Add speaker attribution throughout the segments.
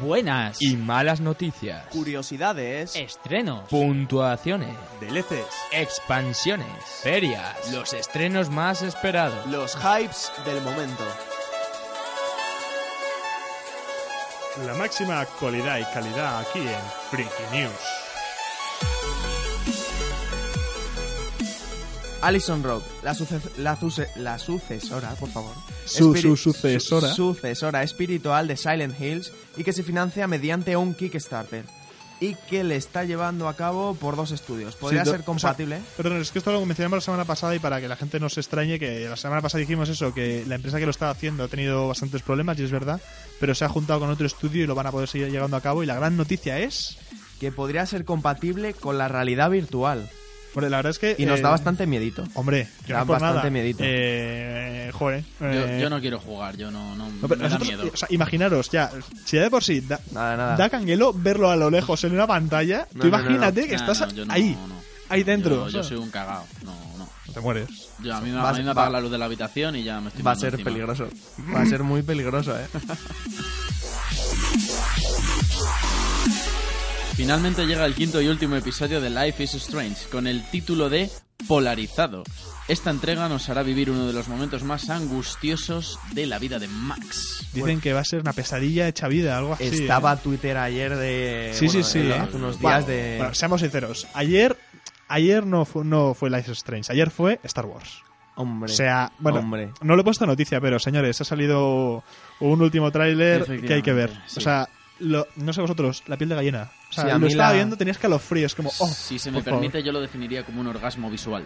Speaker 1: buenas,
Speaker 2: y malas noticias,
Speaker 3: Curiosidades.
Speaker 1: estrenos,
Speaker 2: puntuaciones,
Speaker 3: Deleces.
Speaker 2: expansiones, ferias, los estrenos más esperados.
Speaker 3: Los hypes del momento.
Speaker 4: La máxima actualidad y calidad aquí en Freaky News.
Speaker 3: Alison Rock, la, suce- la, suce- la sucesora, por favor.
Speaker 4: Su-
Speaker 3: Espiri-
Speaker 4: su- sucesora.
Speaker 3: su- sucesora espiritual de Silent Hills y que se financia mediante un Kickstarter. Y que le está llevando a cabo por dos estudios. ¿Podría
Speaker 4: Sí, do-
Speaker 3: ser compatible?
Speaker 4: o sea, perdón, es que esto lo mencionamos la semana pasada y para que la gente no se extrañe, que la semana pasada dijimos eso, que la empresa que lo estaba haciendo ha tenido bastantes problemas, y es verdad, pero se ha juntado con otro estudio y lo van a poder seguir llegando a cabo. Y la gran noticia es.
Speaker 3: que podría ser compatible con la realidad virtual.
Speaker 4: Hombre, la verdad es que.
Speaker 3: Y nos
Speaker 4: eh,
Speaker 3: da bastante miedito.
Speaker 4: Hombre, yo
Speaker 3: Da
Speaker 4: no por
Speaker 3: bastante
Speaker 4: nada.
Speaker 3: miedito.
Speaker 4: Eh, joder.
Speaker 5: Yo,
Speaker 4: eh,
Speaker 5: yo no quiero jugar, yo no, no,
Speaker 4: no,
Speaker 5: me
Speaker 4: pero
Speaker 5: da
Speaker 4: nosotros-
Speaker 5: miedo.
Speaker 4: o sea, imaginaros, ya, si ya de por sí da,
Speaker 3: Nada, nada.
Speaker 4: da canguelo verlo a lo lejos en una pantalla,
Speaker 3: No,
Speaker 4: tú
Speaker 3: no, no,
Speaker 4: imagínate que
Speaker 5: Nah,
Speaker 4: estás
Speaker 5: no, yo no,
Speaker 4: ahí,
Speaker 5: no, no.
Speaker 4: ahí dentro.
Speaker 5: Yo, yo
Speaker 4: ¿sabes?
Speaker 5: soy un cagao. No, no.
Speaker 4: Te mueres.
Speaker 5: Yo, a mí me,
Speaker 3: Va a
Speaker 5: a mí
Speaker 3: ser-
Speaker 5: me apaga
Speaker 3: va-
Speaker 5: la luz de la habitación y ya me estoy
Speaker 3: Va a
Speaker 5: mirando
Speaker 3: ser
Speaker 5: encima.
Speaker 3: peligroso.
Speaker 4: Mm.
Speaker 3: Va a ser muy peligroso, ¿eh?
Speaker 5: Finalmente llega el quinto y último episodio de Life is Strange con el título de Polarizado. Esta entrega nos hará vivir uno de los momentos más angustiosos de la vida de Max.
Speaker 4: Dicen que va a ser una pesadilla hecha vida, algo así.
Speaker 3: Estaba Twitter ayer de...
Speaker 4: ¿eh? Sí, sí,
Speaker 3: bueno,
Speaker 4: sí,
Speaker 3: de-
Speaker 4: ¿eh?
Speaker 3: Hace unos
Speaker 5: Wow.
Speaker 3: días
Speaker 4: ¿eh?
Speaker 3: de...
Speaker 4: Bueno, seamos sinceros. Ayer, ayer no, fue, no fue Life is Strange, ayer fue Star Wars.
Speaker 3: Hombre.
Speaker 4: o sea, bueno,
Speaker 3: hombre.
Speaker 4: no lo he puesto en noticia, pero señores, ha salido un último tráiler que hay que ver.
Speaker 5: Efectivamente, sí.
Speaker 4: O sea, lo- no sé vosotros, la piel de gallina. O sea,
Speaker 3: Sí, a
Speaker 4: lo
Speaker 3: mí
Speaker 4: estaba
Speaker 3: la-
Speaker 4: viendo, tenías calofríos, como, oh,
Speaker 5: si se me
Speaker 4: por favor.
Speaker 5: permite, yo lo definiría como un orgasmo visual.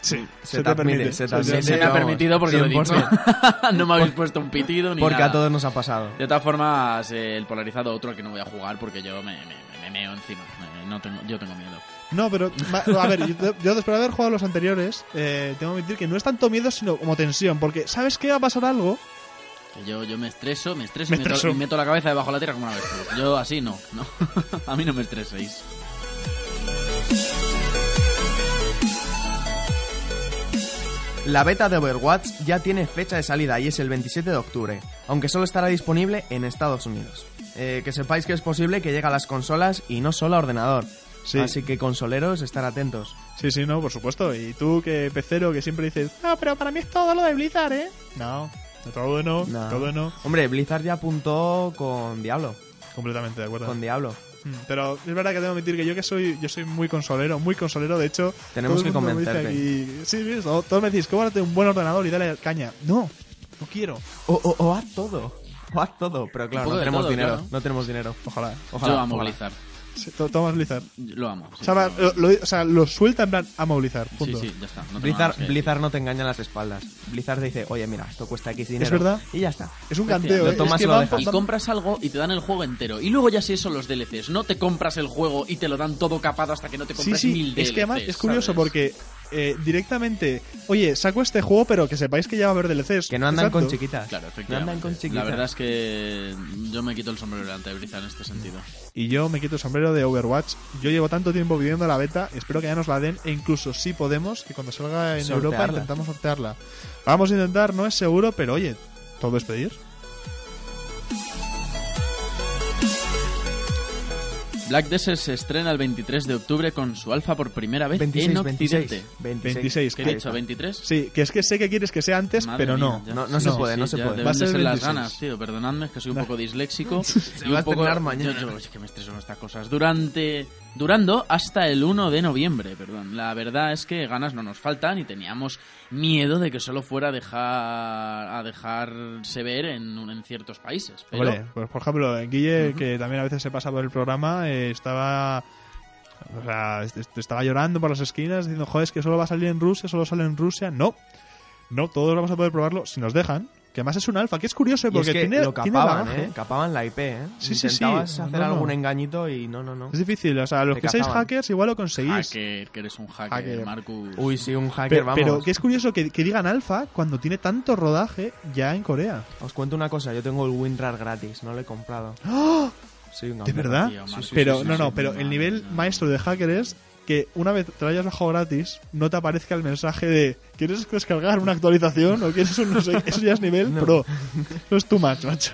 Speaker 4: Sí,
Speaker 3: Se
Speaker 4: se, te
Speaker 3: transmite,
Speaker 4: permite.
Speaker 3: se
Speaker 4: O sea,
Speaker 3: transmite.
Speaker 4: se-
Speaker 3: me ha permitido porque lo he dicho.
Speaker 5: 100%. no me habéis puesto un pitido ni
Speaker 3: Porque
Speaker 5: nada.
Speaker 3: a todos nos ha pasado.
Speaker 5: De todas formas, eh, el polarizado otro al que no voy a jugar porque yo me, me, me- me meo encima. Eh, no tengo, yo tengo miedo.
Speaker 4: No, pero va- a ver, yo, yo después de haber jugado los anteriores, eh, tengo que admitir que no es tanto miedo, sino como tensión, porque sabes que va a pasar algo.
Speaker 5: Que yo, yo me estreso, me estreso,
Speaker 4: Me
Speaker 5: y, meto,
Speaker 4: estreso.
Speaker 5: y meto la cabeza debajo de la tierra como una vez. Yo así no, no. a mí no me estreséis.
Speaker 3: La beta de Overwatch ya tiene fecha de salida y es el 27 de octubre, aunque solo estará disponible en Estados Unidos. Eh, que sepáis que es posible que llegue a las consolas y no solo a ordenador.
Speaker 4: Sí.
Speaker 3: Así que consoleros, estar atentos.
Speaker 4: Sí, sí, no, por supuesto. Y tú, que pecero, que siempre dices, no, pero para mí es todo lo de Blizzard, ¿eh? No, de todo no, de
Speaker 3: No.
Speaker 4: todo no,
Speaker 3: Hombre, Blizzard ya apuntó con Diablo.
Speaker 4: completamente de acuerdo.
Speaker 3: Con Diablo.
Speaker 4: Mm, Pero es verdad que tengo que admitir que yo que soy yo soy muy consolero, muy consolero, de hecho...
Speaker 3: Tenemos
Speaker 4: todo el
Speaker 3: que
Speaker 4: mundo me dice aquí, sí, sí, eso, todos me decís, cómprate un buen ordenador y dale caña. No, no quiero.
Speaker 3: O, o, o haz todo. O haz todo. Pero claro,
Speaker 5: poco
Speaker 3: no
Speaker 5: de
Speaker 3: tenemos
Speaker 5: todo,
Speaker 3: dinero.
Speaker 5: claro.
Speaker 3: No tenemos dinero. Ojalá. Ojalá.
Speaker 5: yo amo
Speaker 3: ojalá.
Speaker 5: Blizzard.
Speaker 4: Sí, to- Tomas Blizzard.
Speaker 5: Lo amo. sí,
Speaker 4: O sea, va-
Speaker 5: lo-
Speaker 4: lo, lo- o sea, lo suelta en plan a movilizar.
Speaker 5: sí,
Speaker 4: Punto.
Speaker 5: sí, ya está. no tengo nada
Speaker 3: Blizzard,
Speaker 5: más que
Speaker 3: Blizzard no te engaña en las espaldas. Blizzard te dice, oye, mira, esto cuesta X dinero.
Speaker 4: verdad.
Speaker 3: Y ya está.
Speaker 4: Es un canteo.
Speaker 3: Lo
Speaker 4: ¿eh?
Speaker 3: tomas y
Speaker 4: es que
Speaker 3: lo
Speaker 4: van
Speaker 3: dejas.
Speaker 4: por-
Speaker 5: decir. Y
Speaker 4: van-
Speaker 5: compras algo y te dan el juego entero. Y luego ya sí son los DLCs. No te compras el juego y te lo dan todo capado hasta que no te
Speaker 4: Sí,
Speaker 5: compres mil
Speaker 4: sí.
Speaker 5: DLCs.
Speaker 4: Es que además es curioso
Speaker 5: ¿sabes?
Speaker 4: porque eh, directamente, oye, saco este juego, pero que sepáis que ya va a haber DLCs.
Speaker 3: Que no andan
Speaker 4: Exacto.
Speaker 3: con chiquitas.
Speaker 5: Claro,
Speaker 3: no
Speaker 5: efectivamente.
Speaker 3: andan con
Speaker 5: La
Speaker 3: chiquitas.
Speaker 5: verdad es que yo me quito el sombrero delante de Blizzard en este sentido.
Speaker 4: Y yo me quito el sombrero de Overwatch. Yo llevo tanto tiempo viviendo la beta, espero que ya nos la den. E incluso si podemos, que cuando salga en
Speaker 3: Sortearla.
Speaker 4: Europa intentamos sortearla. Vamos a intentar, no es seguro, pero oye, todo es pedir.
Speaker 5: Black Desert se estrena el 23 de octubre con su alfa por primera vez
Speaker 3: 26,
Speaker 5: en
Speaker 3: 26,
Speaker 5: Occidente.
Speaker 4: 26,
Speaker 5: ¿Qué
Speaker 4: Ahí
Speaker 5: he dicho? ¿23?
Speaker 4: Sí, que es que sé que quieres que sea antes,
Speaker 5: Madre
Speaker 4: pero
Speaker 5: mía,
Speaker 4: no.
Speaker 5: ya.
Speaker 3: No, no se puede, no se
Speaker 5: ya
Speaker 3: puede.
Speaker 5: deben
Speaker 4: Va a
Speaker 5: de
Speaker 4: ser
Speaker 5: ser las
Speaker 4: 26.
Speaker 5: ganas, tío. Perdonadme, es que soy un poco disléxico. y
Speaker 3: va
Speaker 5: un
Speaker 3: a
Speaker 5: poco,
Speaker 3: estrenar mañana.
Speaker 5: Yo, yo- es que me estreso con estas cosas. Durante... Durando hasta el 1 de noviembre, perdón. La verdad es que ganas no nos faltan y teníamos miedo de que solo fuera a dejar, a dejarse ver en, en ciertos países. Pero
Speaker 4: Hombre, pues por ejemplo, en Guille, que también a veces se pasa por el programa, eh, estaba. O sea, est- est- estaba llorando por las esquinas diciendo, joder, es que solo va a salir en Rusia, solo sale en Rusia. No, no, todos vamos a poder probarlo si nos dejan. Que además es un alfa, que es curioso
Speaker 3: Y
Speaker 4: ¿eh? porque
Speaker 3: es que
Speaker 4: tiene,
Speaker 3: lo
Speaker 4: tiene
Speaker 3: capaban,
Speaker 4: bagaje.
Speaker 3: ¿eh? Capaban la IP, ¿eh?
Speaker 4: Sí, sí, sí.
Speaker 3: Intentabas hacer
Speaker 4: No, no.
Speaker 3: algún engañito y no, no, no.
Speaker 4: Es difícil, o sea, los
Speaker 3: Te
Speaker 4: que sois
Speaker 3: cazaban.
Speaker 4: hackers igual lo conseguís.
Speaker 5: hacker, que eres un hacker,
Speaker 4: Hacker.
Speaker 5: Marcus.
Speaker 3: Uy, sí, un hacker,
Speaker 4: Pe-
Speaker 3: vamos.
Speaker 4: pero que es curioso que, que digan alfa cuando tiene tanto rodaje ya en Corea.
Speaker 3: Os cuento una cosa, yo tengo el WinRAR gratis, no lo he comprado. Soy un
Speaker 4: ¡Ah! ¿De
Speaker 3: gamberro.
Speaker 4: verdad?
Speaker 5: tío, Marcus,
Speaker 4: ¿ah? Pero
Speaker 5: sí, sí,
Speaker 4: no,
Speaker 5: sí,
Speaker 4: no,
Speaker 5: sí,
Speaker 4: pero
Speaker 5: madre
Speaker 4: el nivel
Speaker 5: mía.
Speaker 4: maestro de hacker es que una vez te lo hayas bajado gratis, no te aparezca el mensaje de ¿quieres descargar una actualización o quieres un no sé qué? Eso ya es nivel
Speaker 3: No.
Speaker 4: pro. No es too much, macho.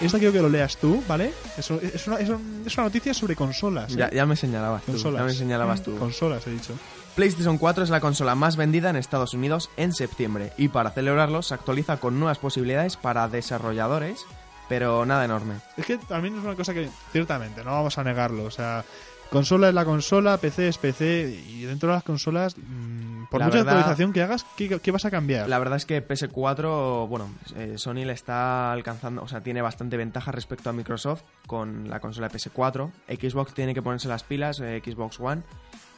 Speaker 4: Esta quiero que lo leas tú, ¿vale? Eso- Es, una, es un- es una noticia sobre consolas. ¿eh?
Speaker 3: Ya, ya me señalabas tú.
Speaker 4: Consolas.
Speaker 3: Ya me señalabas tú.
Speaker 4: Consolas, he dicho.
Speaker 3: PlayStation 4 es la consola más vendida en Estados Unidos en septiembre y para celebrarlo se actualiza con nuevas posibilidades para desarrolladores, pero nada enorme.
Speaker 4: Es que también es una cosa que, ciertamente, no vamos a negarlo. O sea, consola es la consola, PC es PC, y dentro de las consolas, mm, por
Speaker 3: La
Speaker 4: mucha
Speaker 3: verdad-
Speaker 4: actualización que hagas, ¿qué, qué vas a cambiar?
Speaker 3: La verdad es que PS4, bueno, eh, Sony le está alcanzando, o sea, tiene bastante ventaja respecto a Microsoft con la consola PS4. Xbox tiene que ponerse las pilas, eh, Xbox One.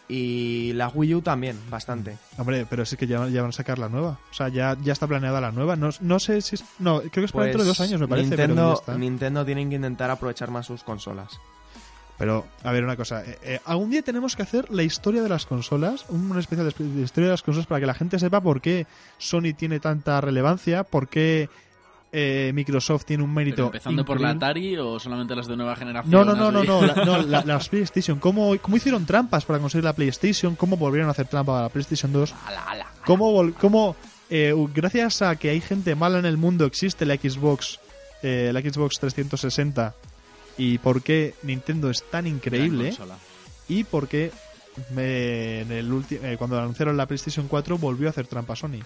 Speaker 3: Y la Wii U también, bastante.
Speaker 4: Hombre, pero sí que ya, ya van a sacar la nueva. O sea, ya, ya está planeada la nueva. No, no sé si es. No, creo que es para
Speaker 3: Pues,
Speaker 4: dentro de dos años, me parece. pero
Speaker 3: Nintendo,
Speaker 4: ya está.
Speaker 3: Nintendo tienen que intentar aprovechar más sus consolas.
Speaker 4: Pero, a ver, una cosa. eh, eh, algún día tenemos que hacer la historia de las consolas, un especial de de historia de las consolas para que la gente sepa por qué Sony tiene tanta relevancia, por qué eh, Microsoft tiene un mérito.
Speaker 5: Pero empezando por la
Speaker 4: increíble.
Speaker 5: Atari o solamente las de nueva generación.
Speaker 4: No, no, no, no,
Speaker 5: así.
Speaker 4: no, la- no, la- las PlayStation. ¿Cómo, ¿Cómo hicieron trampas para conseguir la PlayStation? ¿Cómo volvieron a hacer trampa a la PlayStation 2?
Speaker 5: Ala, ala.
Speaker 4: ¿Cómo, vol- cómo eh, gracias a que hay gente mala en el mundo existe la Xbox, eh, la Xbox 360? ¿Y por qué Nintendo es tan increíble?
Speaker 3: ¿eh?
Speaker 5: Gran consola.
Speaker 4: y porque me- en el ulti- eh, cuando anunciaron la PlayStation 4 volvió a hacer trampa Sony.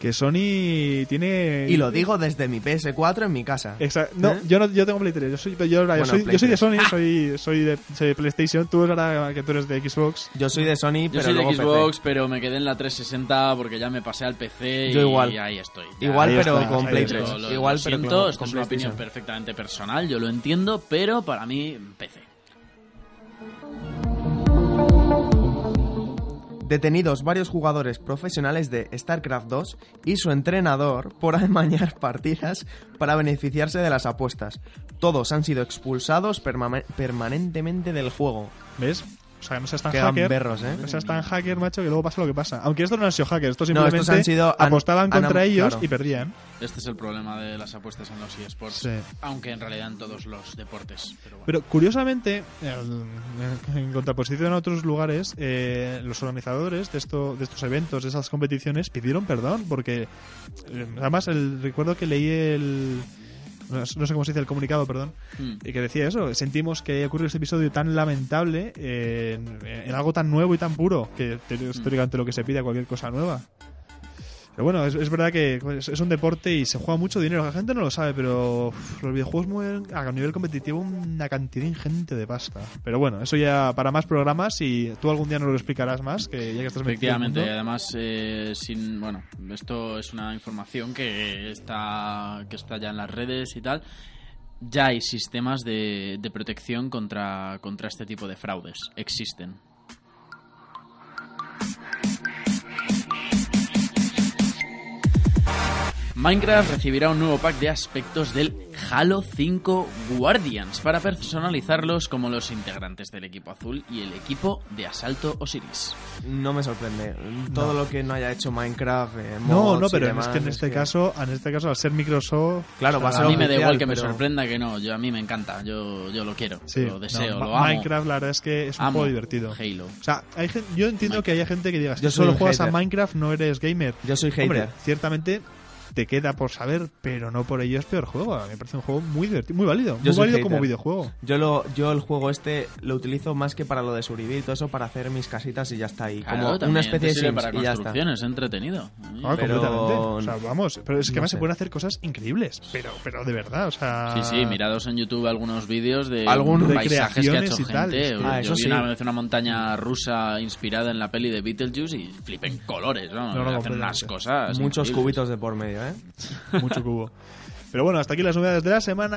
Speaker 4: Que Sony tiene...
Speaker 3: Y lo digo desde mi PS4 en mi casa.
Speaker 4: Exa- no,
Speaker 3: ¿Eh?
Speaker 4: yo no, yo tengo Play 3, yo soy, yo, yo
Speaker 3: Bueno,
Speaker 4: soy,
Speaker 3: Play Ah.
Speaker 4: yo soy de
Speaker 3: 3.
Speaker 4: Sony, soy, soy, de, soy de PlayStation, tú ahora que tú eres de Xbox.
Speaker 3: Yo soy de Sony,
Speaker 5: Yo
Speaker 3: pero
Speaker 5: soy de
Speaker 3: luego
Speaker 5: Xbox, pero me quedé en la 360 porque ya me pasé al PC y,
Speaker 3: Yo igual.
Speaker 5: y ahí estoy.
Speaker 3: PC.
Speaker 5: Ya,
Speaker 3: Igual,
Speaker 4: Ahí
Speaker 3: pero
Speaker 4: está,
Speaker 3: con
Speaker 4: ahí
Speaker 3: Play
Speaker 4: está.
Speaker 3: 3.
Speaker 5: Lo- lo-
Speaker 3: Igual,
Speaker 5: lo
Speaker 3: pero
Speaker 5: siento,
Speaker 3: con,
Speaker 5: esto
Speaker 3: con
Speaker 5: es una opinión
Speaker 3: PlayStation.
Speaker 5: perfectamente personal, yo lo entiendo, pero para mí, PC.
Speaker 3: Detenidos varios jugadores profesionales de StarCraft 2 y su entrenador por amañar partidas para beneficiarse de las apuestas. Todos han sido expulsados permane- permanentemente del juego.
Speaker 4: ¿Ves? O sea, no seas tan
Speaker 3: Qué
Speaker 4: hacker.
Speaker 3: gamberros, ¿eh?
Speaker 4: No seas tan hacker, macho, que luego pasa lo que pasa. Aunque estos no han sido hackers, estos
Speaker 3: No,
Speaker 4: simplemente
Speaker 3: estos han sido- han-
Speaker 4: apostaban
Speaker 3: han-
Speaker 4: contra ellos
Speaker 3: claro.
Speaker 4: y perdían.
Speaker 5: Este es el problema de las apuestas en los eSports.
Speaker 4: Sí.
Speaker 5: Aunque en realidad en todos los deportes. Pero bueno.
Speaker 4: Pero curiosamente, el- en contraposición a otros lugares, eh, los organizadores de, esto, de estos eventos, de esas competiciones, pidieron perdón porque, eh, además, el, recuerdo que leí el... No sé no sé cómo se dice el comunicado, perdón.
Speaker 5: Hmm.
Speaker 4: Y que decía eso, sentimos que ocurrió este episodio tan lamentable eh, en, en algo tan nuevo y tan puro, que te-
Speaker 5: Mm.
Speaker 4: es teóricamente lo que se pide a cualquier cosa nueva. Pero bueno, es, es verdad que es, es un deporte y se juega mucho dinero. La gente no lo sabe, pero uf, los videojuegos mueven a nivel competitivo una cantidad ingente de pasta. Pero bueno, eso ya para más programas y tú algún día nos lo explicarás más, que ya que estás metido en el
Speaker 5: Efectivamente, y
Speaker 4: mundo.
Speaker 5: además, eh, sin, bueno, esto es una información que está, que está ya en las redes y tal. Ya hay sistemas de, de protección contra, contra este tipo de fraudes. Existen. Minecraft recibirá un nuevo pack de aspectos del Halo 5 Guardians para personalizarlos como los integrantes del equipo azul y el equipo de asalto Osiris.
Speaker 3: No me sorprende. Todo lo que no haya hecho Minecraft, eh,
Speaker 4: No,
Speaker 3: mods
Speaker 4: no,
Speaker 3: y
Speaker 4: pero
Speaker 3: demás,
Speaker 4: es que en este caso, en este caso, al ser Microsoft,
Speaker 3: Claro, va a ser
Speaker 5: A mí me da
Speaker 3: oficial,
Speaker 5: igual que me
Speaker 3: pero-
Speaker 5: sorprenda que no, yo a mí me encanta, yo, yo lo quiero,
Speaker 4: sí,
Speaker 5: lo deseo,
Speaker 4: no,
Speaker 5: lo
Speaker 4: Ma-
Speaker 5: amo.
Speaker 4: Minecraft, la verdad es que es un
Speaker 5: Amo
Speaker 4: juego divertido.
Speaker 5: Halo.
Speaker 4: O sea, hay gen- yo entiendo que haya gente que diga, si
Speaker 3: Yo soy
Speaker 4: solo
Speaker 3: un
Speaker 4: juegas a
Speaker 3: hater.
Speaker 4: Minecraft, no eres gamer.
Speaker 3: Yo soy hater.
Speaker 4: Hombre, ciertamente te queda por saber, pero no por ello es peor juego. A mí Me parece un juego muy divertido, muy válido.
Speaker 3: Yo
Speaker 4: muy
Speaker 3: soy
Speaker 4: válido como
Speaker 3: hater.
Speaker 4: videojuego.
Speaker 3: Yo, lo, yo el juego este lo utilizo más que para lo de sobrevivir y todo eso, para hacer mis casitas y ya está ahí.
Speaker 5: Claro,
Speaker 3: como
Speaker 5: también
Speaker 3: una
Speaker 5: te
Speaker 3: especie de
Speaker 5: sirve
Speaker 3: Sims
Speaker 5: para
Speaker 3: y ya está.
Speaker 5: construcciones, entretenido.
Speaker 4: Ah,
Speaker 3: Pero-
Speaker 4: completamente. O sea, vamos. Pero es
Speaker 3: no
Speaker 4: que además se
Speaker 3: sé.
Speaker 4: pueden hacer cosas increíbles. Pero, pero de verdad, o sea.
Speaker 5: Sí, sí, mirados en YouTube algunos vídeos de
Speaker 3: Algunos
Speaker 5: paisajes que ha hecho
Speaker 4: recreaciones y tal.
Speaker 5: gente.
Speaker 3: Ah,
Speaker 5: Yo
Speaker 3: eso
Speaker 5: vi
Speaker 3: sí.
Speaker 5: una vez una montaña rusa inspirada en la peli de Beetlejuice y flipé en colores,
Speaker 4: No,
Speaker 5: ¿no?
Speaker 4: no,
Speaker 5: Hacen unas
Speaker 4: completamente.
Speaker 5: cosas
Speaker 3: Muchos
Speaker 5: increíbles.
Speaker 3: cubitos de por medio, ¿eh?
Speaker 4: Mucho cubo. Pero bueno, hasta aquí las novedades de la semana.